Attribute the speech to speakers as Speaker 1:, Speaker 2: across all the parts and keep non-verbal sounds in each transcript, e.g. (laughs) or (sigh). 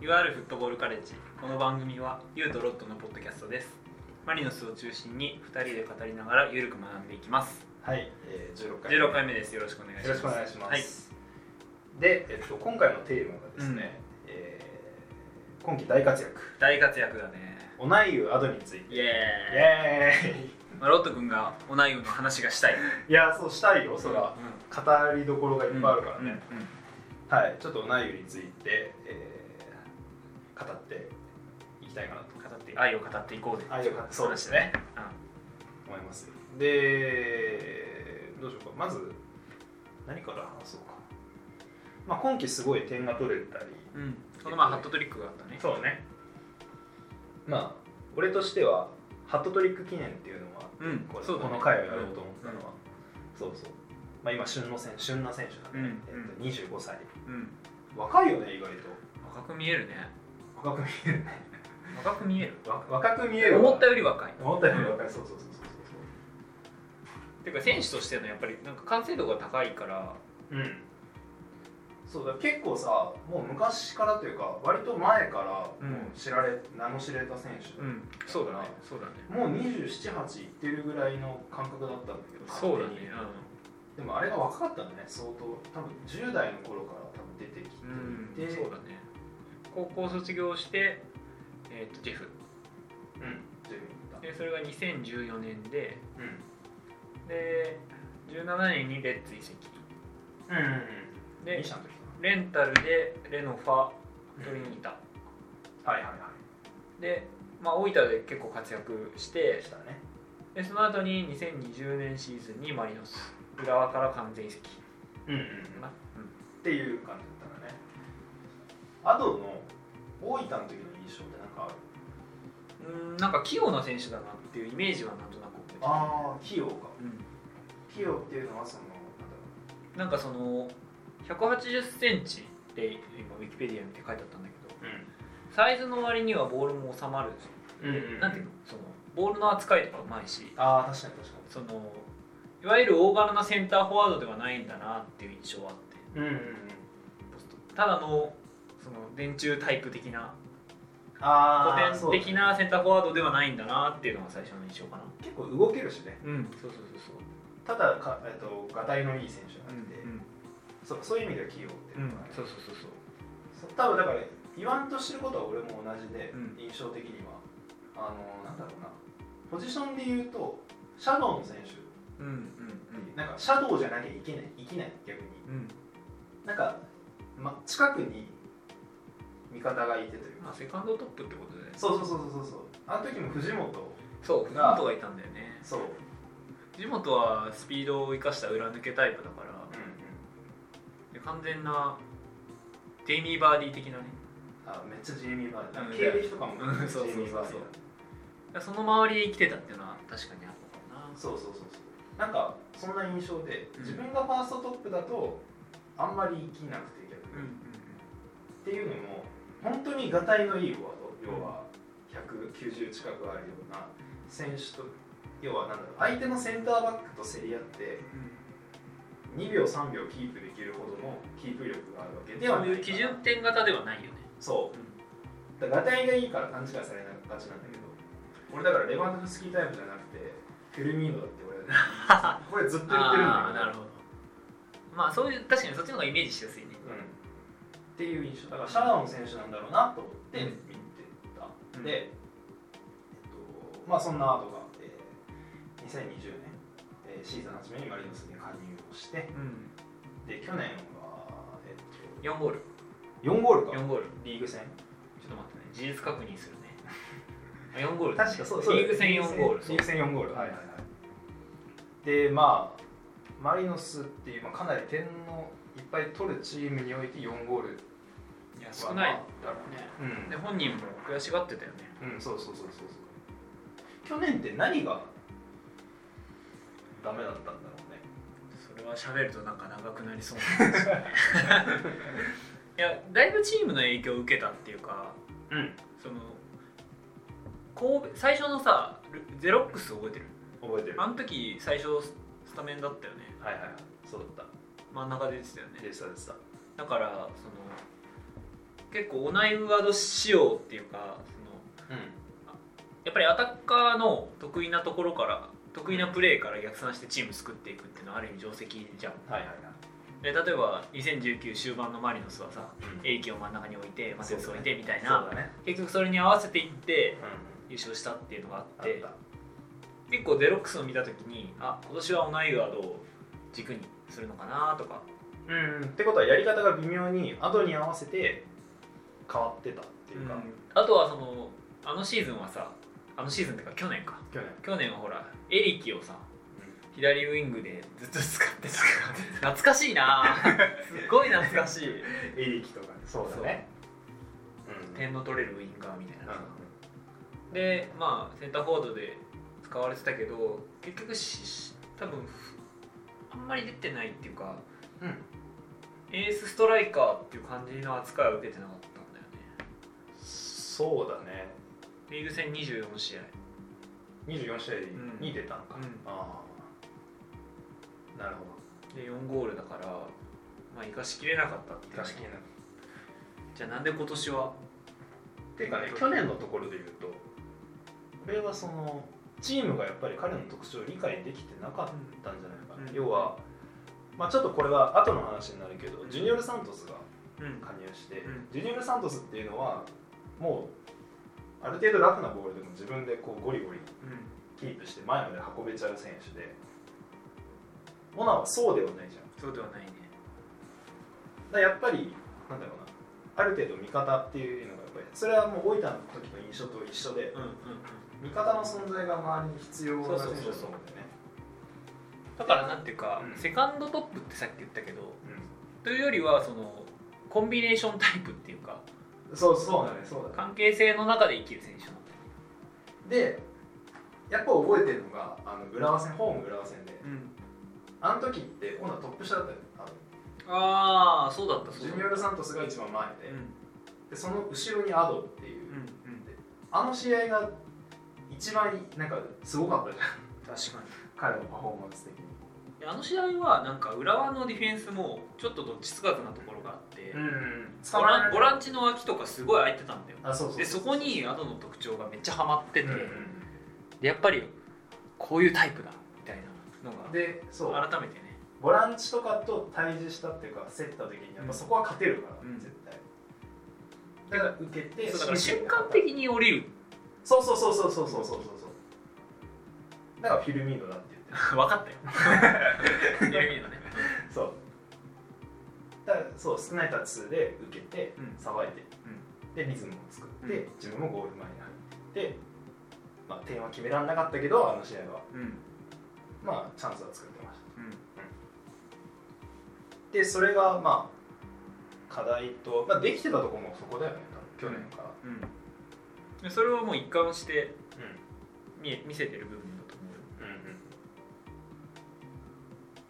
Speaker 1: UR フットボールカレッジこの番組は U とロットのポッドキャストですマリノスを中心に2人で語りながらゆるく学んでいきます
Speaker 2: はい、えー、16回目
Speaker 1: 16回目ですよろしくお願いします
Speaker 2: よろしくお願いします、
Speaker 1: はい、
Speaker 2: で、えっと、今回のテーマがですね、えー今期大活躍
Speaker 1: 大活躍だね
Speaker 2: オナイユアドについて
Speaker 1: イエーイ
Speaker 2: イエーイ
Speaker 1: まあ、ロット君がオナイウの話がしたい
Speaker 2: いやそうしたいよそら語りどころがいっ
Speaker 1: うん
Speaker 2: ぱいあるからね、
Speaker 1: うんうん
Speaker 2: はいちょっとオナイユについて、えー語っていきたいかなと
Speaker 1: 語って愛を語っていこうで
Speaker 2: 愛を語ってそうですね思いますでどうしようかまず何から話そうかまあ今期すごい点が取れたり、
Speaker 1: うん、うん、この前ハットトリックがあったね
Speaker 2: そうねまあ俺としてはハットトリック記念っていうのは
Speaker 1: うん
Speaker 2: これ
Speaker 1: そうだ
Speaker 2: こ
Speaker 1: ね
Speaker 2: の回をやろうと思ったのは、そうそう、まあ、今旬の選手旬な選手だね、
Speaker 1: うん
Speaker 2: えっと、25歳
Speaker 1: うん
Speaker 2: 若いよね意外と
Speaker 1: 若く見えるね
Speaker 2: 若く見え
Speaker 1: (laughs)
Speaker 2: るね
Speaker 1: 若く見える
Speaker 2: わ若く見えるわ
Speaker 1: 思ったより若い
Speaker 2: 思ったより若いそうそうそうそうそ
Speaker 1: ていうか選手としてのやっぱりなんか完成度が高いから
Speaker 2: ううんそうだ結構さもう昔からというか割と前からもう知られ、名の知れた選手だ
Speaker 1: んそうだねそうだね
Speaker 2: もう278いってるぐらいの感覚だったんだけど
Speaker 1: そうだね
Speaker 2: 勝手にでもあれが若かったんだね相当多分10代の頃から多分出てきていて、
Speaker 1: うん、うん、そうだね高校卒業してえっとジェフ
Speaker 2: うん10年だ
Speaker 1: でそれが2014年で
Speaker 2: うん
Speaker 1: で17年にレッツ移籍
Speaker 2: うんうんうん
Speaker 1: で
Speaker 2: 2社の時か
Speaker 1: レンタルでレノファトリニータ
Speaker 2: なはいはいはい
Speaker 1: で、まあ、大分で結構活躍して
Speaker 2: でしたね
Speaker 1: でその後に2020年シーズンにマリノス浦和から完全移籍
Speaker 2: うんうん
Speaker 1: か
Speaker 2: うん
Speaker 1: な、
Speaker 2: っていう感じだったらねアドの大分の時の印象ってなんかある
Speaker 1: うん、うんなんか器用な選手だなっていうイメージはなんとなく覚えてる
Speaker 2: ああ器用か
Speaker 1: う
Speaker 2: 器用っていうのはその
Speaker 1: ん、なんかその1 8 0ンチって今ウィキペディア見て書いてあったんだけど
Speaker 2: なんだ
Speaker 1: サイズの割にはボールも収まるし、
Speaker 2: ろううん
Speaker 1: なんていうのそのボールの扱いとかうまいし
Speaker 2: ああ確かに確か
Speaker 1: そのいわゆる大柄なセンターフォワードではないんだなっていう印象はあって
Speaker 2: にうんうんうん
Speaker 1: ポストただのその電柱タイプ的な古
Speaker 2: ああ
Speaker 1: 典的なセンターフォワードではないんだなっていうのが最初の印象かな
Speaker 2: 結構動けるしね
Speaker 1: うんそうそうそうそう
Speaker 2: ただか、えっと、がたいのいい選手じゃ
Speaker 1: う
Speaker 2: なく
Speaker 1: ん
Speaker 2: て、そそういう意味では器用っていうのがね、
Speaker 1: そうそうそうそう
Speaker 2: そ多分だから言わんとしてることは俺も同じで、
Speaker 1: うん
Speaker 2: 印象的にはあのなんだろうなポジションで言うとシャドウの選手って、
Speaker 1: うんうん
Speaker 2: なんかシャドウじゃなきゃいけないいけない逆に
Speaker 1: うんうん
Speaker 2: なんか、ま、近くに味方がいてという
Speaker 1: ま
Speaker 2: か
Speaker 1: あセカンドトップってことで
Speaker 2: そうそうそうそうそうあの時も藤本
Speaker 1: そう藤
Speaker 2: が
Speaker 1: 本がいたんだよね
Speaker 2: そう、うん
Speaker 1: 藤本はスピードを生かした裏抜けタイプだからで完全なデイミー・バーディー的なね
Speaker 2: あめっちゃジェイミー・バーデ
Speaker 1: うん
Speaker 2: ィー KD とかも
Speaker 1: うん
Speaker 2: ジェイミー・バーディーだ
Speaker 1: そうそうそうその周りで生きてたっていうのは確かにあったかな
Speaker 2: そうそうそうそうなんかそんな印象で
Speaker 1: うん
Speaker 2: 自分がファーストトップだとあんまり生きなくて逆に、っ
Speaker 1: う
Speaker 2: ていうのも本当にがたいのいいフォワード要は190近くあるような選手と要はなんだろう相手のセンターバックと競り合って
Speaker 1: んうん
Speaker 2: 2秒3秒キープできるほどのキープ力があるわけで
Speaker 1: で
Speaker 2: は
Speaker 1: は
Speaker 2: ない
Speaker 1: 基準点型ではないよね
Speaker 2: そうだからがたいがいいから勘違いされながちなんだけど俺だからレバンドフスキータイプじゃなくてフェルミーノだって俺 (laughs) これずっと言ってるんだ
Speaker 1: ああ
Speaker 2: け
Speaker 1: なるほどまあそういう確かにそっちの方がイメージしやすいね
Speaker 2: うんっていう印象だからシャラオン選手なんだろうなと思って
Speaker 1: うん
Speaker 2: 見てた、
Speaker 1: うん
Speaker 2: で、えっと、まあそんなアートが、えー2020年、えーシーズン初めにマリノスに加入をして
Speaker 1: うん
Speaker 2: で去年は、えっ
Speaker 1: 4ゴール
Speaker 2: と、4ゴールか
Speaker 1: 4ゴール
Speaker 2: リーグ戦
Speaker 1: ちょっと待ってね事実確認するねあ4ゴール
Speaker 2: 確かそうそう
Speaker 1: リーグ戦4ゴール
Speaker 2: リーグ戦4ゴールはいはいはいでまあマリノスっていう、まあ、かなり点のいっぱい取るチームにおいて4ゴールは、
Speaker 1: いや少ないだろうね
Speaker 2: うん
Speaker 1: で本人も悔しがってたよね
Speaker 2: うん、そうそうそうそうそう。去年って何がダメだったんだろうね。
Speaker 1: それは喋るとなんか長くなりそうなんですよねいやだいぶチームの影響を受けたっていうか
Speaker 2: うん、
Speaker 1: その神戸最初のさルゼロックス覚えてる
Speaker 2: 覚えてる。は
Speaker 1: あの時最初ススタメンだったよね
Speaker 2: いはいはい。そうだっ
Speaker 1: 真ん中で出てたよ
Speaker 2: た。
Speaker 1: ね
Speaker 2: でしたでした。
Speaker 1: だからその結構同いワード仕様っていうかそのやっぱりアタッカーの得意なところから得意なプレーから逆算してチーム作っていくっていうのはある意味定石じゃん
Speaker 2: はいはいはい
Speaker 1: で例えば2019終盤のマリノスはさ
Speaker 2: うん
Speaker 1: エイキを真ん中に置いてマセウスを置いてみたい
Speaker 2: そう
Speaker 1: な、
Speaker 2: だね
Speaker 1: 結局それに合わせていって
Speaker 2: うん
Speaker 1: 優勝したっていうのがあ
Speaker 2: あ
Speaker 1: っ
Speaker 2: ってた
Speaker 1: 結構デロックスを見た時にあ今年はオナイガードを軸にするのかなとか
Speaker 2: うんってことはやり方が微妙に後に合わせて変わってたっていうか、
Speaker 1: うんあとはそのあのシーズンはさあのシーズンっていうか去年か
Speaker 2: 去年
Speaker 1: 去年はほらエリキをさ左ウイングでずっと使ってた懐かしいなすごい懐かしい
Speaker 2: エリキとかねそうだねうん
Speaker 1: 点の取れるウインガーみたいな、
Speaker 2: う
Speaker 1: でまあセンターフォワードで使われてたけど結局し多分ふあんまり出てないっていうか
Speaker 2: んうん
Speaker 1: エースストライカーっていう感じの扱いは受けてなかったんだよね
Speaker 2: そうだね
Speaker 1: リーグ戦24試合
Speaker 2: 24試合
Speaker 1: ん
Speaker 2: に出たのか、
Speaker 1: うん
Speaker 2: ああなるほど
Speaker 1: で4ゴールだからまあ生かしきれなかったっていうね
Speaker 2: 確かにな
Speaker 1: じゃあなんで今年は
Speaker 2: ていうかね去年のところで言うとこれはそのチームがやっぱり彼の特徴を理解できてなかったんじゃないかな、
Speaker 1: うん
Speaker 2: 要は、まあ、ちょっとこれは後の話になるけど、
Speaker 1: うん
Speaker 2: ジュニオル・サントスが
Speaker 1: うん
Speaker 2: 加入して、
Speaker 1: うん
Speaker 2: ジュニオル・サントスっていうのはもうある程度ラフなボールでも自分でこうゴリゴリ
Speaker 1: うん
Speaker 2: キープして前まで運べちゃう選手でモナはそうではないじゃん
Speaker 1: そうではないね
Speaker 2: だからやっぱりなんだろうなある程度味方っていうのがやっぱりそれはもう大分の時の印象と一緒で
Speaker 1: うんうんうん
Speaker 2: 味方の存在が周りに必要な選手だと思うんだよね
Speaker 1: だからなんていうか、
Speaker 2: うん
Speaker 1: セカンドトップってさっき言ったけどというよりはそのコンビネーションタイプっていうか
Speaker 2: うんそうそうだねそうだね
Speaker 1: 関係性の中で生きる選手なんだよ
Speaker 2: でやっぱ覚えてるのがあの浦和戦ホーム浦和戦であの時って今度はトップ下だったよあの
Speaker 1: ああそうだったそ
Speaker 2: ジ
Speaker 1: うだ
Speaker 2: ュニ
Speaker 1: っ
Speaker 2: オル・サントスが一番前
Speaker 1: た
Speaker 2: で,、でその後ろにアドっていう、
Speaker 1: うんうん
Speaker 2: あの試合が一番なんかすごかったじゃん
Speaker 1: 確かに
Speaker 2: 彼のパフォーマンス的に
Speaker 1: であの試合はなんか浦和のディフェンスもちょっとどっちつかずなところがあって、
Speaker 2: ん
Speaker 1: ボランボランチの脇とかすごい空いてたんだよ
Speaker 2: あそうそう
Speaker 1: でそこにアドの特徴がめっちゃハマってて、
Speaker 2: うん
Speaker 1: でやっぱりこういうタイプだみたいなの
Speaker 2: う
Speaker 1: が
Speaker 2: んでそう
Speaker 1: 改めてね
Speaker 2: ボランチとかと対峙したっていうか競った時にやっぱそこは勝てるから、
Speaker 1: うん
Speaker 2: 絶対だから受けて
Speaker 1: そうだから瞬間的に降りる
Speaker 2: そうそうそうそうそうそうそうそうだからフィルミーノだって言ってる
Speaker 1: 分か (laughs) ったよやる意味だね (laughs)
Speaker 2: そうだからそう少ないタッチ数で受けて
Speaker 1: うん
Speaker 2: さばいて、でリズムを作って、
Speaker 1: う
Speaker 2: 自分もゴール前に入って、まあ、点は決められなかったけどあの試合は
Speaker 1: うんうん
Speaker 2: まあチャンスは作ってましたでそれがまあ課題と、まあ、できてたとこもそこだよね多分去年から、
Speaker 1: うんでそれはもう一貫して
Speaker 2: う
Speaker 1: 見え見せてる部分だと思うよ
Speaker 2: んうん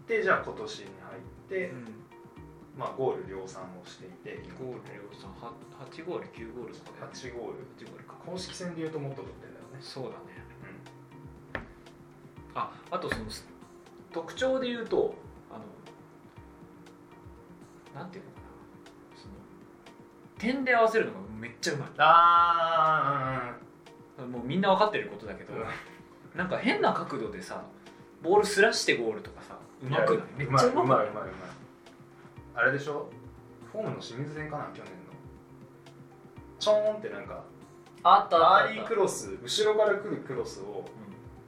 Speaker 2: でじゃあ今年に入って、まあ、ゴール量産をしていて
Speaker 1: ゴール量産は8ゴール9ゴールとかだよね
Speaker 2: 8ゴール
Speaker 1: 8ゴールか
Speaker 2: 公式戦でいうともっと取ってんだよね
Speaker 1: そうだねああとそのす特徴で言うとあのなんていうのかなその点で合わせるのがめっちゃうまい
Speaker 2: あ
Speaker 1: もうみんな分かってることだけど、なんか変な角度でさボールすらしてゴールとかさうまくないめっちゃうまくないう
Speaker 2: まいうまいうまいうまいあれでしょフォームの清水戦かな去年のちょーんってなんか
Speaker 1: あった
Speaker 2: ア
Speaker 1: あ
Speaker 2: ーリ
Speaker 1: っ
Speaker 2: ー
Speaker 1: た
Speaker 2: クロス後ろから来るクロスを
Speaker 1: うん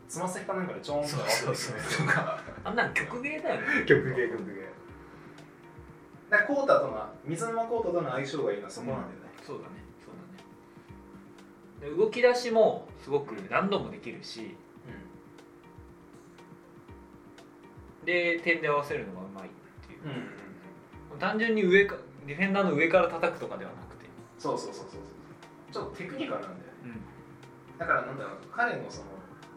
Speaker 2: つま先かなんかでちょーんって合わせて
Speaker 1: そうそう
Speaker 2: く
Speaker 1: そ
Speaker 2: るとか
Speaker 1: あんなん曲芸だよね
Speaker 2: 曲芸曲芸だからコータとの水沼コータとの相性がいいのはそこなんだよね、
Speaker 1: そうだねそうだねで動き出しもすごく何度もできるしで点で合わせるのがうまいっていう
Speaker 2: うんうんうん
Speaker 1: 単純に上かディフェンダーの上から叩くとかではなくて、
Speaker 2: そうそうそうそうそうちょっとテクニカルなんだよねだからなんだろう彼のその、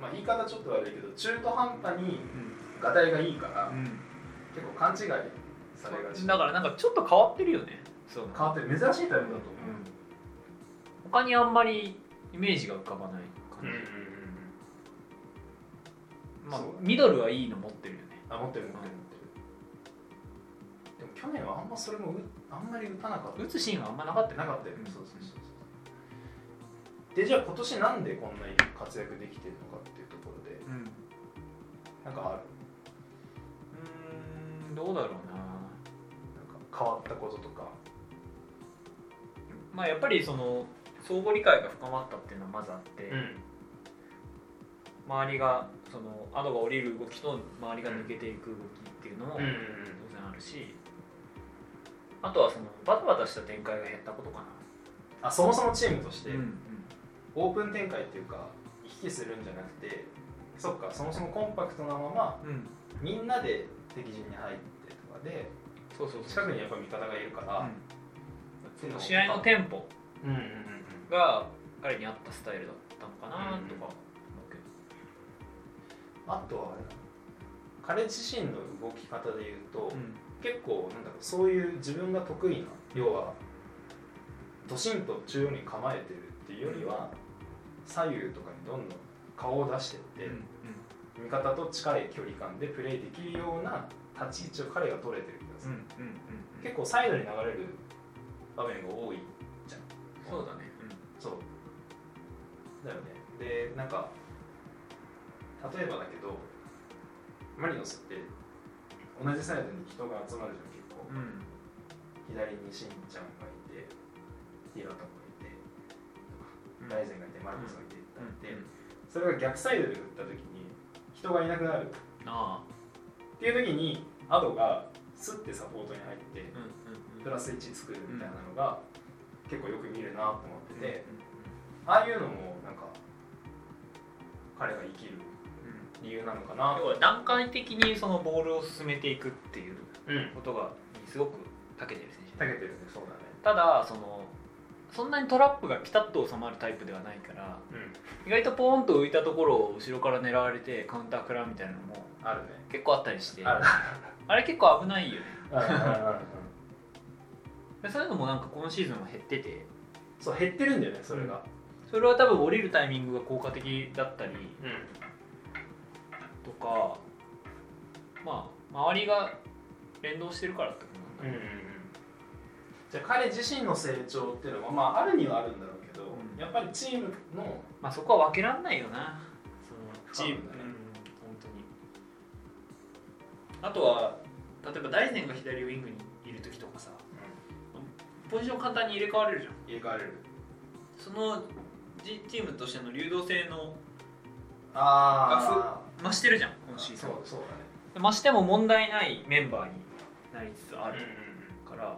Speaker 2: まあ、言い方ちょっと悪いけど中途半端にがたいがいいから、結構勘違いされがち
Speaker 1: だからなんかちょっと変わってるよねそう
Speaker 2: 変わってる珍しいタイプだと思う、
Speaker 1: 他にあんまりイメージが浮かばない感じ、まあ
Speaker 2: そうだね
Speaker 1: ミドルはいいの持ってるよね
Speaker 2: あ持ってる持ってる持ってるでも去年はあんまそれもうああんまり打たなかった
Speaker 1: 打つシーンはあんまなかったよね
Speaker 2: なかったよね、
Speaker 1: うん
Speaker 2: そうそうそうそうでじゃあ今年なんでこんなに活躍できてるのかっていうところで
Speaker 1: うんう
Speaker 2: なんかある
Speaker 1: ーんどうだろうな
Speaker 2: なんか変わったこととか
Speaker 1: まあやっぱりその相互理解が深まったっていうのはまずあって、
Speaker 2: ん
Speaker 1: 周りがそのアドが降りる動きと周りが抜けていく動きっていうのも
Speaker 2: う
Speaker 1: 当
Speaker 2: んうんう
Speaker 1: 然
Speaker 2: ん
Speaker 1: あるし、あとはそのバタバタした展開が減ったことかな
Speaker 2: あそもそもチームとして、
Speaker 1: うん
Speaker 2: オープン展開っていうか行き来するんじゃなくてそっかそもそもコンパクトなまま
Speaker 1: うんうん
Speaker 2: みんなで敵陣に入ってとかで
Speaker 1: そうそうそう
Speaker 2: 近くにやっぱ味方がいるから、
Speaker 1: うんその試合のテンポ
Speaker 2: うんうんうん
Speaker 1: が彼に合ったスタイルだったのかなとか思うけど
Speaker 2: あとはあれだ彼自身の動き方でいうと、
Speaker 1: うん
Speaker 2: 結構なんだろうそういう自分が得意な要はドシンと中央に構えてるっていうよりは左右とかにどんどん顔を出してって、
Speaker 1: うん
Speaker 2: 味方と近い距離感でプレイできるような立ち位置を彼が取れてる気がす
Speaker 1: うん
Speaker 2: る、
Speaker 1: うんうん
Speaker 2: 結構サイドに流れる場面が多いじゃん
Speaker 1: そうだね
Speaker 2: そうだよねでなんか例えばだけどマリノスって同じサイドに人が集まるじゃん結構、
Speaker 1: うんうん
Speaker 2: 左にしんちゃんがいてヒロトがいて大然がいてマルコスがいてってなって、
Speaker 1: うん
Speaker 2: それが逆サイドで打った時に人がいなくなるっ
Speaker 1: ああ
Speaker 2: ていう時にアドがスッてサポートに入って
Speaker 1: うんうん
Speaker 2: プラス1作るみたいなのが結構よく見るなと思ってて、
Speaker 1: う
Speaker 2: ああいうのもなんか彼が生き
Speaker 1: ん
Speaker 2: る
Speaker 1: うん
Speaker 2: 理由なのかな
Speaker 1: 要は段階的にそのボールを進めていくっていう
Speaker 2: うん
Speaker 1: ことがすごく長けてる選手
Speaker 2: たけてるねそうだね
Speaker 1: ただそのそんなにトラップがピタッと収まるタイプではないから
Speaker 2: うん
Speaker 1: 意外とポーンと浮いたところを後ろから狙われてカウンター食らうみたいなのも
Speaker 2: あるね
Speaker 1: 結構あったりして
Speaker 2: ある
Speaker 1: あれ結構危ないよね
Speaker 2: あるあ (laughs) るある
Speaker 1: でそういうのもなんか今シーズンは減ってて
Speaker 2: そう減ってるんだよねそれが
Speaker 1: それは多分降りるタイミングが効果的だったり
Speaker 2: うん
Speaker 1: とかまあ周りが連動してるからってこと
Speaker 2: うん
Speaker 1: なん
Speaker 2: うん
Speaker 1: だ
Speaker 2: うんじゃあ彼自身の成長っていうのはまああるにはあるんだろうけど、
Speaker 1: うん
Speaker 2: やっぱりチームの
Speaker 1: まあそこは分けられないよなその
Speaker 2: チ
Speaker 1: チ
Speaker 2: ー
Speaker 1: ー
Speaker 2: ム
Speaker 1: ム
Speaker 2: だ
Speaker 1: だ
Speaker 2: ね
Speaker 1: ね、本当にあとは例えば大然が左ウィングにいる時とかさポジション簡単に入れ替われるじゃん
Speaker 2: 入れ替われる
Speaker 1: そのじチームとしての流動性の
Speaker 2: あ
Speaker 1: 増してるじゃん
Speaker 2: あ
Speaker 1: 今シーズ
Speaker 2: そうそうだね
Speaker 1: ン増しても問題ないメンバーになりつつあ
Speaker 2: うんうん
Speaker 1: る
Speaker 2: うん
Speaker 1: から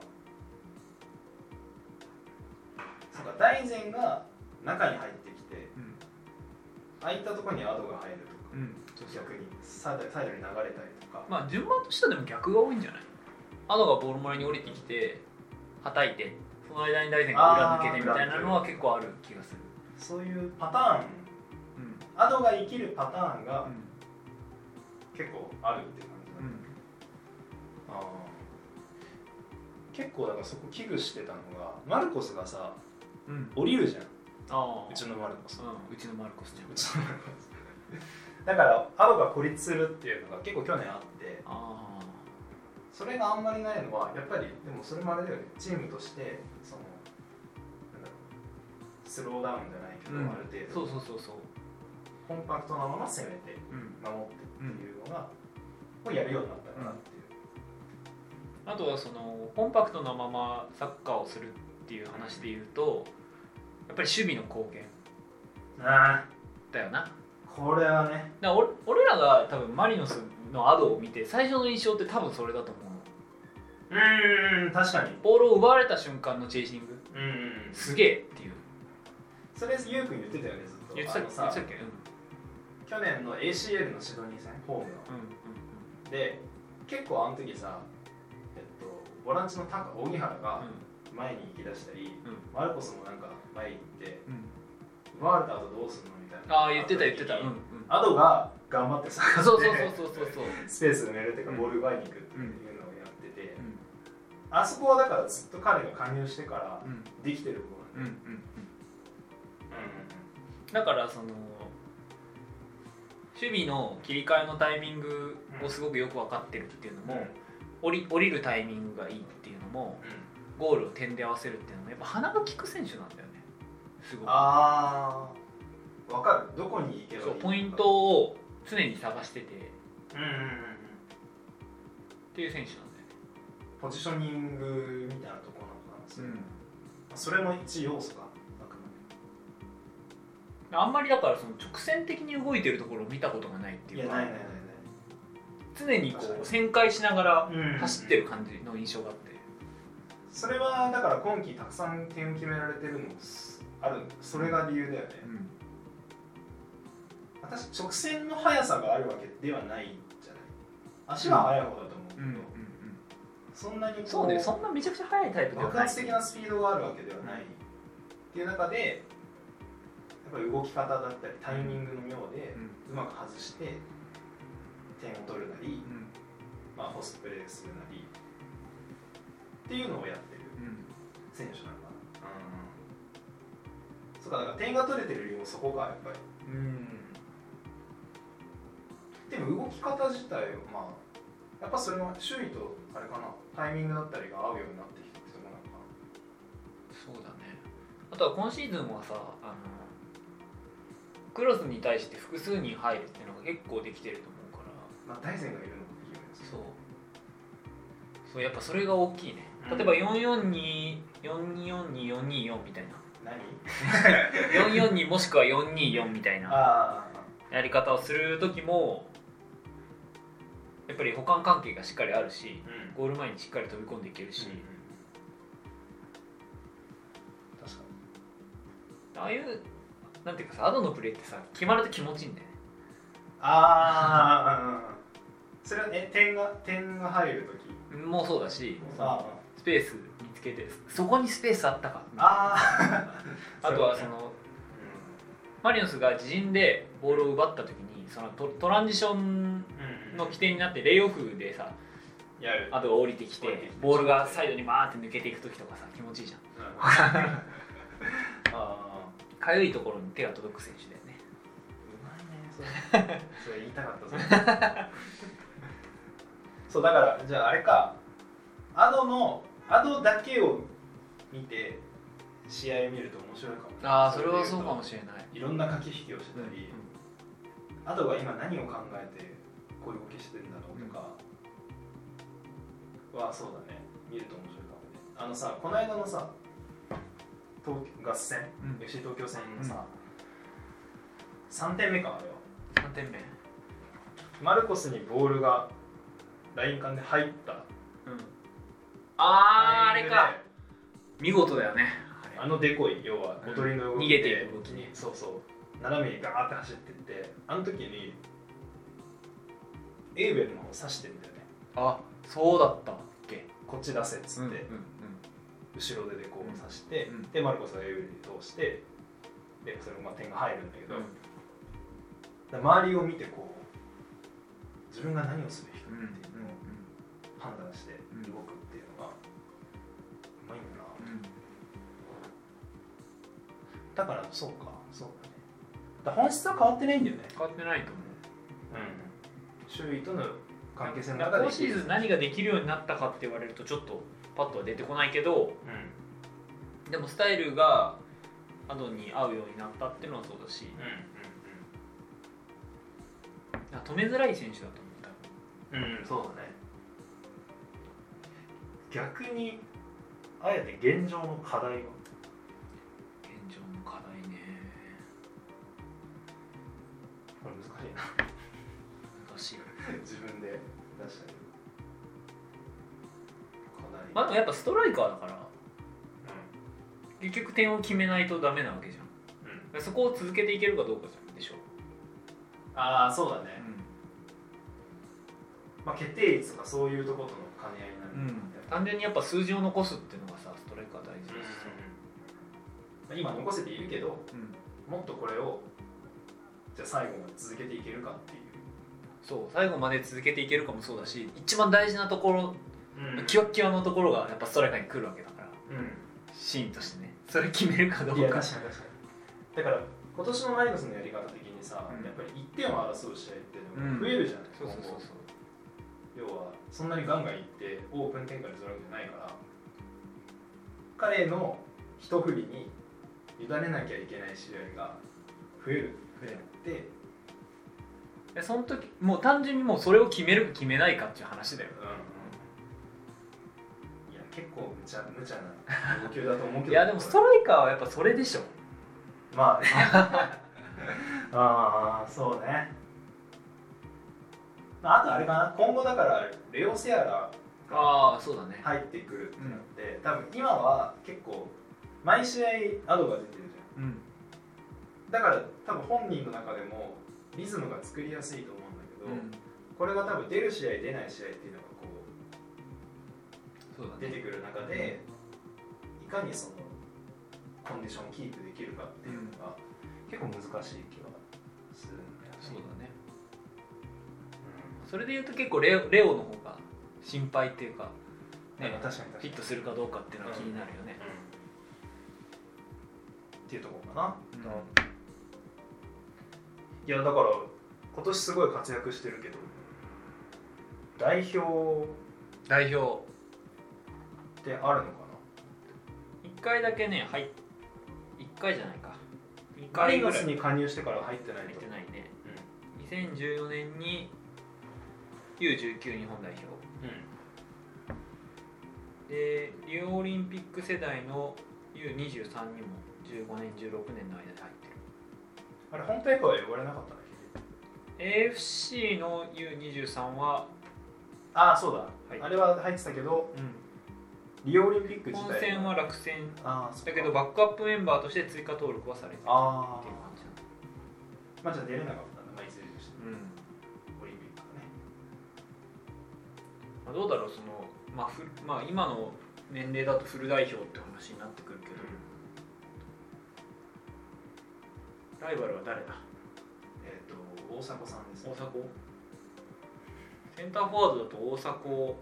Speaker 2: そうか大然が中に入ってきて
Speaker 1: うん
Speaker 2: 空いたところにアドが入ると
Speaker 1: うん
Speaker 2: か逆にサイドサイドに流れたりとか、
Speaker 1: まあ順番としてはでも逆が多いんじゃないアドがボール前に降りてきてはたいてその間に大然が裏抜けてみたいなのは結構ある気がする
Speaker 2: そういうパターン
Speaker 1: うん
Speaker 2: アドが生きるパターンが
Speaker 1: うん
Speaker 2: 結構あるっていう感じだね、あー結構だからそこ危惧してたのがマルコスがさ
Speaker 1: うんうん
Speaker 2: 降りるじゃん
Speaker 1: ああ
Speaker 2: うちのマルコス
Speaker 1: うんうちのマルコスちゃん
Speaker 2: うちのマルコス (laughs) だからアドが孤立するっていうのが結構去年あって
Speaker 1: あ
Speaker 2: それがあんまりないのはやっぱりでもそれもあれだよねチームとしてそのなんだろうスローダウンじゃないけ
Speaker 1: あ、
Speaker 2: ど、ある程度
Speaker 1: そうそうそうそう
Speaker 2: コンパクトなまま攻めて
Speaker 1: うん
Speaker 2: 守ってっていうのが、もうやるようになったかなっていう、
Speaker 1: あとはそのコンパクトなままサッカーをするっていう話で言うとやっぱり守備の貢献
Speaker 2: ああ
Speaker 1: だよなだか
Speaker 2: これはね
Speaker 1: ら俺俺らが多分マリノスのアドを見て最初の印象って多分それだと思うの
Speaker 2: うーん確かに
Speaker 1: ボールを奪われた瞬間のチェイシング
Speaker 2: うん、
Speaker 1: すげえっていう
Speaker 2: それゆうくん言ってたよねずっと
Speaker 1: 言ってた
Speaker 2: あ
Speaker 1: っ
Speaker 2: の
Speaker 1: け
Speaker 2: さ
Speaker 1: 言ってたっけうん
Speaker 2: 去年の ACL のシドニー戦ホームの
Speaker 1: う
Speaker 2: で結構あの時さえっとボランチの高荻原が
Speaker 1: ん
Speaker 2: 前に行き出したり、
Speaker 1: う
Speaker 2: マルコスもなんか前に行って
Speaker 1: うんうん
Speaker 2: 奪われた後どうするのみたいな
Speaker 1: ああ言ってた言ってたうんうん
Speaker 2: アドが頑張って下がって
Speaker 1: (laughs) そうそうそうそうそう
Speaker 2: スペース埋めるっていうか
Speaker 1: うん
Speaker 2: ボール奪いに行くっていうのをやってて、
Speaker 1: うん
Speaker 2: あそこはだからずっと彼が加入してから
Speaker 1: うん
Speaker 2: できてること
Speaker 1: うんう
Speaker 2: な
Speaker 1: う
Speaker 2: ん
Speaker 1: ん
Speaker 2: だよ、
Speaker 1: ん
Speaker 2: う
Speaker 1: だからその守備の切り替えのタイミングをすごくよく分かってるっていうのも、降り降りるタイミングがいいっていうのも
Speaker 2: ん
Speaker 1: ゴールを点で合わせるっていうのもやっぱ鼻が利く選手なんだよねすごく
Speaker 2: ああ分かるどこに行けばいい
Speaker 1: そう
Speaker 2: のか
Speaker 1: ポイントを常に探しててっ
Speaker 2: うんうんうんうん
Speaker 1: ていう選手なんだよね
Speaker 2: ポジショニングみたいなところなのかなそれ,、それも一要素だあくま
Speaker 1: あんまりだからその直線的に動いてるところを見たことがないって
Speaker 2: で
Speaker 1: い
Speaker 2: いうや
Speaker 1: か
Speaker 2: ないないない
Speaker 1: 常にこ
Speaker 2: 確か
Speaker 1: う
Speaker 2: に
Speaker 1: 旋回しながら
Speaker 2: ない、
Speaker 1: 走ってる感じの印象があって、
Speaker 2: それはだから今季たくさん点を決められてるのもすあるそれが理由だよね私直線の速さがあるわけではないんじゃない足は速い方だと思うけど、そんなにこ
Speaker 1: そうねそんなめちゃくちゃ速いタイプでは
Speaker 2: 爆
Speaker 1: ない
Speaker 2: 発的なスピードがあるわけではないっていう中でやっぱり動き方だったりタイミングの妙で
Speaker 1: うん
Speaker 2: うまく外して点を取るなり、まあ、ホストプレーするなりっていうのをやってる選手なのかな、そうかだから点が取れてる理由もそこがやっぱり
Speaker 1: うんうん
Speaker 2: でも動き方自体はまあやっぱそれは周囲とあれかなタイミングだったりが合うようになってきてるとこなのかな
Speaker 1: そうだねあとは今シーズンはさあのクロスに対して複数人入るっていうのが結構できてると思うから
Speaker 2: まあ大勢がいるのもいいよね
Speaker 1: そうそうやっぱそれが大きいね
Speaker 2: うん
Speaker 1: 例えば442424244みたいな
Speaker 2: 何
Speaker 1: 442もしくは424みたいな
Speaker 2: ああ
Speaker 1: やり方をする時もやっぱり補完関係がしっかりあるし
Speaker 2: うん
Speaker 1: ゴール前にしっかり飛び込んでいけるし、
Speaker 2: 確かに
Speaker 1: ああいうなんていうかさアドのプレーってさ決まると気持ちいいんだよね
Speaker 2: ああそれはね点が点が入る時
Speaker 1: もうそうだし
Speaker 2: あ
Speaker 1: スペース見つけてそこにスペースあったか
Speaker 2: あ
Speaker 1: あとはそのマリノスが自陣でボールを奪った時にそのトトランジション
Speaker 2: うん
Speaker 1: の起点になってレイオフでさ
Speaker 2: やる
Speaker 1: アドが降りてきて
Speaker 2: 降りてきて
Speaker 1: ボールがサイドにバーって抜けていく時とかさ気持ちいいじゃん
Speaker 2: うんああ
Speaker 1: かゆいところに手が届く選手だよね
Speaker 2: うまいねそれそれ言いたかったそれそうだからじゃああれかアドのアドだけを見て試合を見ると面白いかもね
Speaker 1: ああそれはそうか
Speaker 2: で言
Speaker 1: もしれない、
Speaker 2: といろんな駆け引きをしてたり、アドが今何を考えてこういう動きしてるんだろうとかはそうだね見ると面白いかもねあのさこの間のさ東合戦
Speaker 1: うん
Speaker 2: FC 東京戦のさ、3点目かあれは
Speaker 1: 3点目
Speaker 2: マルコスにボールがライン間で入った
Speaker 1: あああ
Speaker 2: タイミ
Speaker 1: れ
Speaker 2: ングで
Speaker 1: か見事だよねあ
Speaker 2: あのデコイ要は
Speaker 1: うん
Speaker 2: おとりの動きで、
Speaker 1: 逃げていく動きね
Speaker 2: そうそう斜めにガーって走ってってあの時にエーベルの方を刺してんだよね
Speaker 1: あそうだったっけ
Speaker 2: こっち出せっつって、
Speaker 1: うん
Speaker 2: 後ろ手でこう刺して、
Speaker 1: うん
Speaker 2: でマルコスがエーベルに通してでそれもまあ点が入るんだけ
Speaker 1: う
Speaker 2: ど、
Speaker 1: ん
Speaker 2: だから周りを見てこう自分が何をすべきか
Speaker 1: うんう
Speaker 2: っていうの
Speaker 1: ん
Speaker 2: を判断して
Speaker 1: うん
Speaker 2: 動くっていうのがうまいんだ
Speaker 1: う
Speaker 2: な
Speaker 1: ん
Speaker 2: だからそうかそうだねだから本質は変わってないんだよね
Speaker 1: 変わってないと思う
Speaker 2: うん周囲との関係性の中で
Speaker 1: 今シーズン何ができるようになったかって言われるとちょっとパッとは出てこないけど
Speaker 2: う
Speaker 1: でもスタイルがアドに合うようになったっていうのはそうだし
Speaker 2: ん
Speaker 1: あ止めづらい選手だと思った
Speaker 2: うんうんうんそうだね逆にあえて現状の課題
Speaker 1: 現
Speaker 2: は
Speaker 1: 状の課題ね
Speaker 2: これ難しいな
Speaker 1: 難しい
Speaker 2: (laughs) 自分で出したけど課題
Speaker 1: まあでもやっぱストライカーだから
Speaker 2: う
Speaker 1: 結局点を決めないとダメなわけじゃん
Speaker 2: んうん
Speaker 1: そこを続けていけるかどうかでしょ
Speaker 2: ああそうだねまあ決定率とかそういうとことの兼ね合いになる
Speaker 1: うん、
Speaker 2: んだよね
Speaker 1: 単純にやっぱ数字を残すっていうのがさストライカー大事だしさ、
Speaker 2: まあ今残せているけど
Speaker 1: うん
Speaker 2: もっとこれをじゃあ最後まで続けていけるかっていう
Speaker 1: そう最後まで続けていけるかもそうだし一番大事なところ
Speaker 2: うん
Speaker 1: キワッキワのところがやっぱストライカーに来るわけだから
Speaker 2: う
Speaker 1: シーンとしてねそれ決めるかど
Speaker 2: ん、いうや
Speaker 1: か
Speaker 2: 確かに確かにだから今年のマリノスのやり方的にさ、
Speaker 1: うん
Speaker 2: やっぱり1点を争う試合っていうの
Speaker 1: うん
Speaker 2: が増えるじゃない、
Speaker 1: そうそうそうそう
Speaker 2: 今後要はそんなにガンガンいってオープン展開にするわけじゃないから彼の一振りに委ねなきゃいけない試合が増えるって
Speaker 1: でその時もう単純にもうそれを決めるか決めないかっていう話だよ
Speaker 2: うんいや結構無茶無茶な要求だと思うけど
Speaker 1: いやでもストライカーはやっぱそれでしょ
Speaker 2: まあねああそうねまああとあれかな今後だからレオ・セアラ
Speaker 1: ああそうだね
Speaker 2: 入ってくるってなって、多分今は結構毎試合アドが出てる
Speaker 1: う
Speaker 2: じ
Speaker 1: ん
Speaker 2: ゃんだから多分本人の中でもリズムが作りやすいと思うんだけど、これが多分出る試合出ない試合っていうのがこう
Speaker 1: そうだ
Speaker 2: 出
Speaker 1: ね
Speaker 2: てくる中でいかにそのコンディションをキープできるかっていうのが結構難しい気はするんだよね
Speaker 1: そうだね
Speaker 2: う
Speaker 1: それで言うと結構レオレオの方が心配っていうか
Speaker 2: ん
Speaker 1: ね
Speaker 2: なんか確かに確か
Speaker 1: フィ
Speaker 2: に
Speaker 1: ットするかどうかっていうのは気になるよね、
Speaker 2: っていうところかな、
Speaker 1: うん
Speaker 2: いやだから今年すごい活躍してるけど代表っ
Speaker 1: 代表
Speaker 2: てあるのか
Speaker 1: 1回だけね入1回じゃないか2
Speaker 2: なマ
Speaker 1: 回
Speaker 2: リ
Speaker 1: ぐ
Speaker 2: ノ
Speaker 1: ら
Speaker 2: ス
Speaker 1: い入
Speaker 2: に加入してから入ってない
Speaker 1: っ
Speaker 2: と
Speaker 1: てないね2014年に U19 日本代表でリオオリンピック世代の U23 にも15年16年の間で入ってる
Speaker 2: あれ本大会は呼ばれなかったんだっけ
Speaker 1: AFC の U23 は、
Speaker 2: ああそうだ、
Speaker 1: はい
Speaker 2: あれは入ってたけどリオオリンピック自体
Speaker 1: 本戦は落選
Speaker 2: ああそっか
Speaker 1: だけどバックアップメンバーとして追加登録はされてるっ
Speaker 2: あ
Speaker 1: ていう感じなんだ
Speaker 2: あまあじゃあ出れなかったんだまあいずれにして
Speaker 1: う
Speaker 2: も
Speaker 1: ん
Speaker 2: オリンピックはね
Speaker 1: まあ、どうだろうその、まあふまあ、今の年齢だとフル代表って話になってくるけど、ライバルは誰だ
Speaker 2: えっ、と大迫さんです
Speaker 1: 大迫センターフォワードだと大迫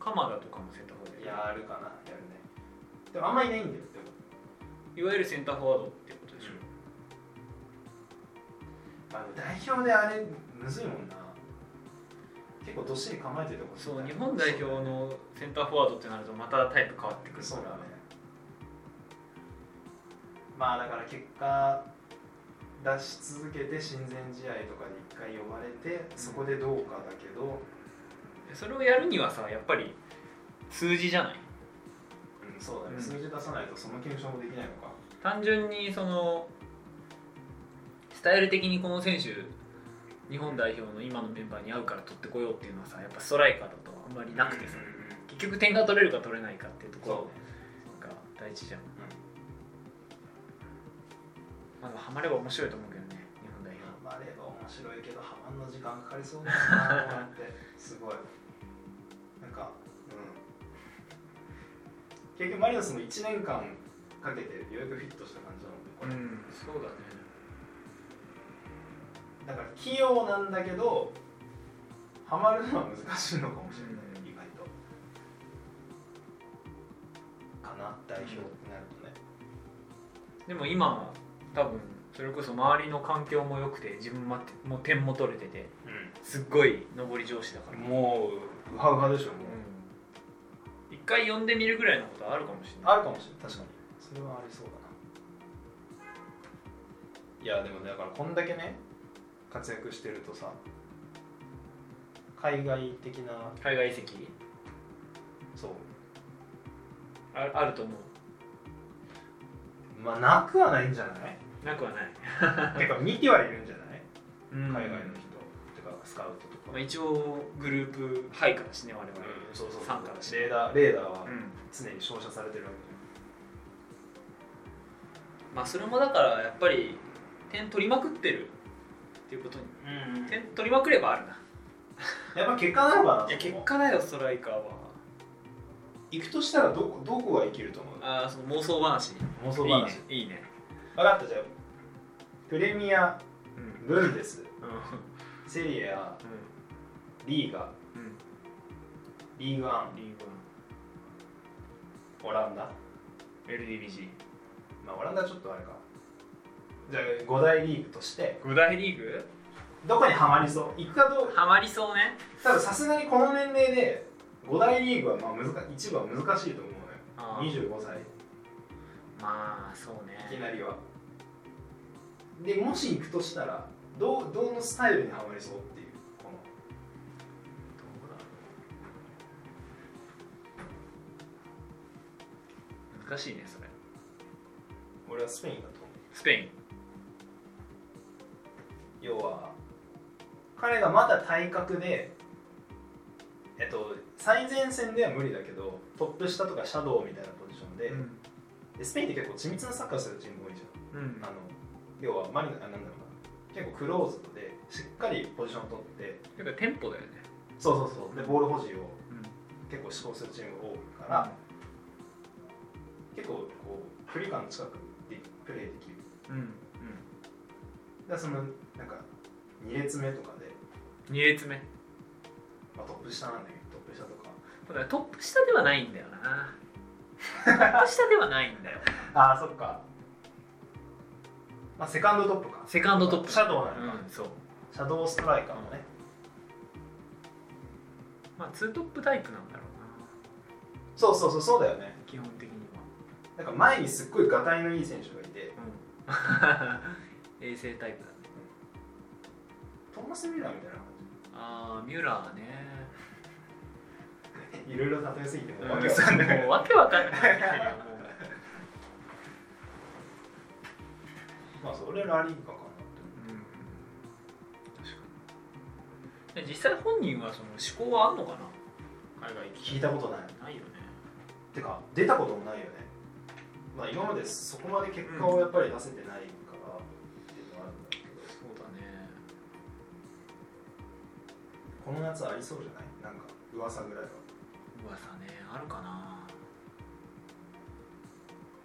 Speaker 1: 鎌田とかもセンターフォワードだよね
Speaker 2: やるかなやるねでもあんまりいないんだよでも
Speaker 1: いわゆるセンターフォワードってことでしょ、
Speaker 2: あの代表であれむずいもんな結構どっしり構えてるとこ
Speaker 1: そう日本代表のセンターフォワードってなるとまたタイプ変わってくる
Speaker 2: そう
Speaker 1: か
Speaker 2: だ
Speaker 1: ら
Speaker 2: ねまあだから結果出し続けて親善試合とかに一回呼ばれてそこでどうかだけど、
Speaker 1: それをやるにはさやっぱり数字じゃない
Speaker 2: うんそうだね、
Speaker 1: うん
Speaker 2: 数字出さないとその検証もできないのか
Speaker 1: 単純にそのスタイル的にこの選手日本代表の今のメンバーに合うから取ってこようっていうのはさやっぱストライカーだとあんまりなくてさ
Speaker 2: うんうんうん
Speaker 1: 結局点が取れるか取れないかっていうとこ
Speaker 2: そう
Speaker 1: ろ
Speaker 2: ね
Speaker 1: が大事じゃん、まあ、でもハマれば面白いと思うけどね日本代表
Speaker 2: 頑張れば面白いけどハマんの時間かかりそうだなと思ってすごいなんかうん結局マリノスも1年間かけてようやくフィットした感じなのでこれ、
Speaker 1: んそうだね
Speaker 2: だから器用なんだけどハマるのは難しいのかもしれな
Speaker 1: う
Speaker 2: い、
Speaker 1: ん
Speaker 2: 意外とかな代表ってなるとね、
Speaker 1: でも今も多分それこそ周りの環境も良くて自分ももう点も取れててすっごい上り上司だから、
Speaker 2: もうウハウハでしょもう
Speaker 1: うん一回呼んでみるぐらいのことあるかもしれない
Speaker 2: あるかもしれない確かにそれはありそうだないやでもねだからこんだけね活躍してるとさ海外的な
Speaker 1: 海外移籍
Speaker 2: そう
Speaker 1: ああると思
Speaker 2: まあなくはないんじゃない
Speaker 1: うなくはない、
Speaker 2: てか見てはい (laughs) るんじゃない海外の
Speaker 1: 人
Speaker 2: 人、てかスカウトとか、
Speaker 1: まあ、一応グループ配下だしね我々、
Speaker 2: うんそうそう
Speaker 1: 参加だし
Speaker 2: レーダーレーダーは
Speaker 1: うん
Speaker 2: 常に照射されてるわけ
Speaker 1: まあそれもだからやっぱり点取りまくってるっていうことに
Speaker 2: じゃん、
Speaker 1: 点取りまくればあるな
Speaker 2: やっぱ結果なのかな
Speaker 1: や
Speaker 2: いそこ
Speaker 1: 結
Speaker 2: も
Speaker 1: 果だよストライカーは
Speaker 2: 行くとしたらどこどこが生きると思う
Speaker 1: ああその妄想話
Speaker 2: 妄想話
Speaker 1: いいねいいね
Speaker 2: 分かったじゃあプレミア
Speaker 1: うん
Speaker 2: ブンデス
Speaker 1: うん
Speaker 2: セリエ A リーガ
Speaker 1: うん
Speaker 2: リーグワ
Speaker 1: リーグ
Speaker 2: ンオランダ
Speaker 1: LDBG
Speaker 2: まあオランダはちょっとあれかじゃあ5大リーグとして
Speaker 1: 五大リーグ
Speaker 2: どこにはまりそう行くかどうか
Speaker 1: ハマりそうね
Speaker 2: 多分さすがにこの年齢で5大リーグはまあ難一部は難しいと思うのよ
Speaker 1: あー
Speaker 2: 25歳
Speaker 1: まあそう
Speaker 2: いき
Speaker 1: ね
Speaker 2: なりはでもし行くとしたらどうどのスタイルにハマりそうっていうこの
Speaker 1: どうだろう難しいねそれ
Speaker 2: 俺はスペインだと思う
Speaker 1: スペイン
Speaker 2: 要は彼がまだ体格でえっと最前線では無理だけどトップ下とかシャドウみたいなポジションで,、
Speaker 1: うん
Speaker 2: でスペインって結構緻密なサッカーするチーム多いじゃ
Speaker 1: うん
Speaker 2: んあの要はマリノあなんだろうな結構クローズドでしっかりポジションを取って
Speaker 1: だからテンポだよね
Speaker 2: そうそうそうでボール保持を
Speaker 1: うん
Speaker 2: 結構思考するチームが多いから、結構こう距離感近くでプレーできる
Speaker 1: うんうん
Speaker 2: だからそのなんか2列目とかで、
Speaker 1: 2列目
Speaker 2: まあ、トップ下なんだけどトップ下とか
Speaker 1: ただトップ下ではないんだよなトップ下ではないん
Speaker 2: (laughs)
Speaker 1: だよ
Speaker 2: ああそっかまあセカンドトップか
Speaker 1: セカンドトップ
Speaker 2: シャドウなのか、
Speaker 1: うんそう
Speaker 2: シャドウストライカーもね
Speaker 1: まあツートップタイプなんだろ
Speaker 2: そうそうそうそうだよね
Speaker 1: うな基本的には
Speaker 2: なんか前にすっごいがたいのいい選手がいて
Speaker 1: うん (laughs) 衛星タイプだね
Speaker 2: トーマス・ミュラーみたいな感
Speaker 1: ああミュラーね
Speaker 2: じいろいろ例えすぎてもうわけわかんない
Speaker 1: もうわけわかんない
Speaker 2: (laughs) まあそれラリーガかなって
Speaker 1: 確かに実際本人はその思考はあんのかな海外行
Speaker 2: 聞いたことない
Speaker 1: とないよね
Speaker 2: てか出たこともないよねまあ今までそこまで結果をやっぱり出せてないからっていうのはあるんだけど
Speaker 1: そうだね
Speaker 2: この夏ありそうじゃないなんか噂ぐらいは
Speaker 1: 噂ねあるかな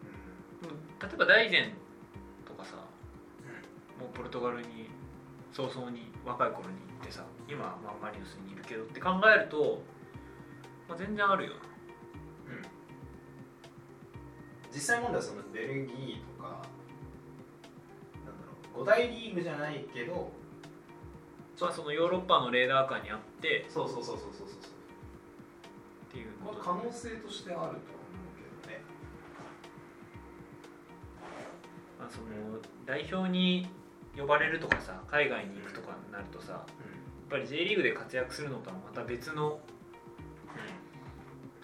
Speaker 2: う
Speaker 1: でも例えば大然とかさもうポルトガルに早々に若い頃に行ってさ今はまあマリノスにいるけどって考えると、まあ、全然あるよ
Speaker 2: ん、うん、実際問題はそのベルギーとかなんだろう5大リーグじゃないけど
Speaker 1: まあそのヨーロッパのレーダー下にあって
Speaker 2: そうそうそうそうそうそうそ
Speaker 1: っていう
Speaker 2: う、ま
Speaker 1: こ
Speaker 2: あ、
Speaker 1: と
Speaker 2: 可能性としてあるとは思うけどね
Speaker 1: まあ、その代表に呼ばれるとかさ海外に行くとかになるとさやっぱり J リーグで活躍するのとはまた別の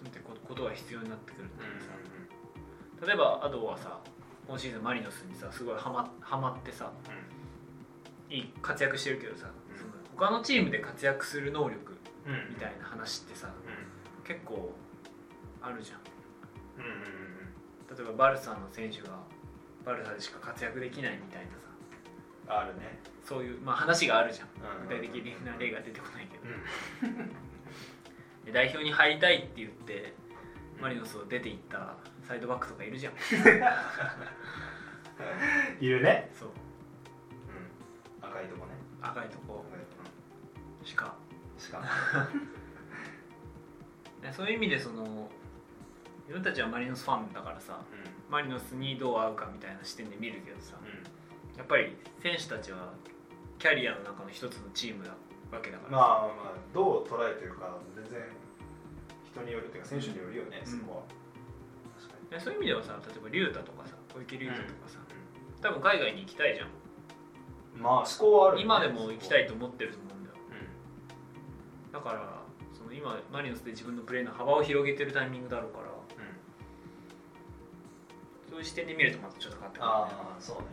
Speaker 1: なんてこことが必要になってくるっていうさ、例えばアドはさ今シーズンマリノスにさすごいハマハマってさいい活躍してるけどさ、
Speaker 2: うん
Speaker 1: その他のチームで活躍する能力
Speaker 2: うんうんうん
Speaker 1: みたいな話ってさ結構あるじゃん
Speaker 2: うんうんうんうん
Speaker 1: 例えばバルサの選手がバルサでしか活躍できないみたいなさ
Speaker 2: あるね
Speaker 1: そういう、まあ、話があるじゃん
Speaker 2: うん
Speaker 1: 具体的な例が出てこないけど
Speaker 2: うん
Speaker 1: で代表に入りたいって言ってマリノスを出ていったサイドバックとかいるじゃん
Speaker 2: いるね、
Speaker 1: そう
Speaker 2: 赤いとこね
Speaker 1: 赤いとこしか
Speaker 2: しか
Speaker 1: ねそういう意味でその自分たちはマリノスファンだからさマリノスにどう合うかみたいな視点で見るけどさやっぱり選手たちはキャリアの中の一つのチームだわけだから
Speaker 2: まあまあまあどう捉えてるか全然人によるっていうか選手によるよね、
Speaker 1: うん
Speaker 2: そこは確かに
Speaker 1: ねそういう意味ではさ例えば竜太とかさ小池竜太とかさ、多分海外に行きたいじゃん、
Speaker 2: まあ思考はあるよね、
Speaker 1: 今でも行きた
Speaker 2: い、
Speaker 1: いと思ってると思うんだよだからその今マリノスで自分のプレーの幅を広げてるタイミングだろうからそういう視点で見るとまたちょっと変わってくるね
Speaker 2: ああそうね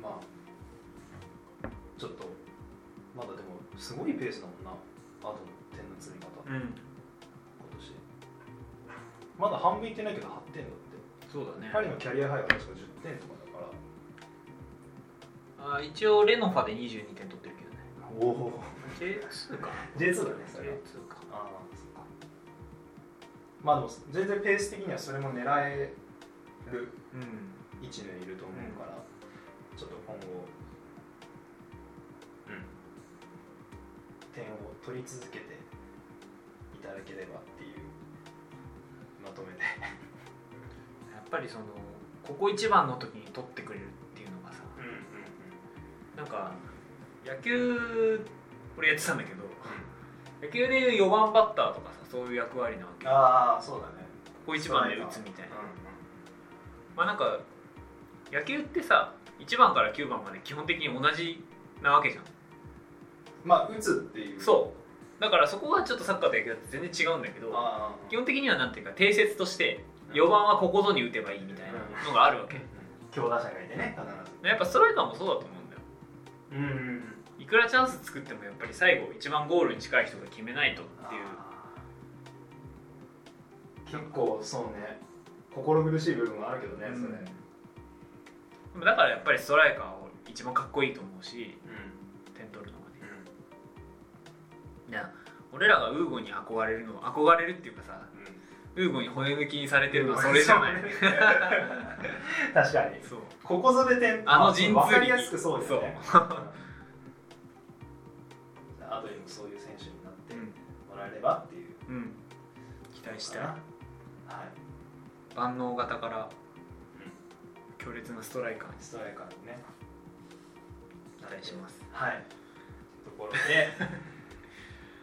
Speaker 1: う
Speaker 2: まあちょっとまだでもすごいペースだもんなあとの点の積み方今
Speaker 1: ん、うん、
Speaker 2: 年まだ半分いってないけど8点だって
Speaker 1: そうだね、
Speaker 2: パリのキャリアハイは確か10点とかだから
Speaker 1: あー一応レノファで22点取ってる
Speaker 2: おお
Speaker 1: けどね J2 か
Speaker 2: J2 だねそれは
Speaker 1: J2 か
Speaker 2: ああそっかまあでも全然ペース的にはそれも狙える
Speaker 1: うん
Speaker 2: 位置にいると思うから、ちょっと今後うん点を取り続けていただければっていうまとめで
Speaker 1: やっぱりそのここ一番の時に取ってくれるっていうのがさ
Speaker 2: うんうん
Speaker 1: なんか野球俺やってたんだけど野球でいう4番バッターとかさそういう役割なわけこ
Speaker 2: (laughs) ああそうだね
Speaker 1: こ1番で打つみたいな、まあなんか野球ってさ1番から9番まで基本的に同じなわけじゃん
Speaker 2: うんまあ打つっていうう
Speaker 1: そうだからそこはちょっとサッカーと野球だと全然違うんだけど
Speaker 2: あー
Speaker 1: 基本的にはなんていうか定説として4番はここぞに打てばいいみたいなのがあるわけ
Speaker 2: 強打者がいてね必ず
Speaker 1: やっぱストライカーもそうだと思うんだよ
Speaker 2: うんうんうん
Speaker 1: いくらチャンス作ってもやっぱり最後一番ゴールに近い人が決めないとっていう
Speaker 2: 結構そうね心苦しい部分はあるけどね、
Speaker 1: うん
Speaker 2: それ
Speaker 1: でもだからやっぱりストライカーを一番かっこいいと思うし点取るのがねいや俺らがウーゴに憧れるの憧れるっていうかさウーゴに骨抜きにされてるのはそれじゃない
Speaker 2: そうね (laughs) 確かに
Speaker 1: そう
Speaker 2: ここぞで点
Speaker 1: あの神通力
Speaker 2: 分かりやすくそうですねあとにもそういう選手になって
Speaker 1: うん、
Speaker 2: もらえればっていう
Speaker 1: うん、期待したい
Speaker 2: はい
Speaker 1: 万能型から強烈なストライカーに
Speaker 2: ストライカーにね
Speaker 1: 期待します
Speaker 2: はいと
Speaker 1: (laughs)
Speaker 2: ころで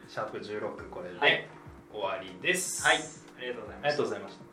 Speaker 2: シャープ16これで
Speaker 1: はい
Speaker 2: 終わりです
Speaker 1: はいありがとうござい
Speaker 2: ありがとうございました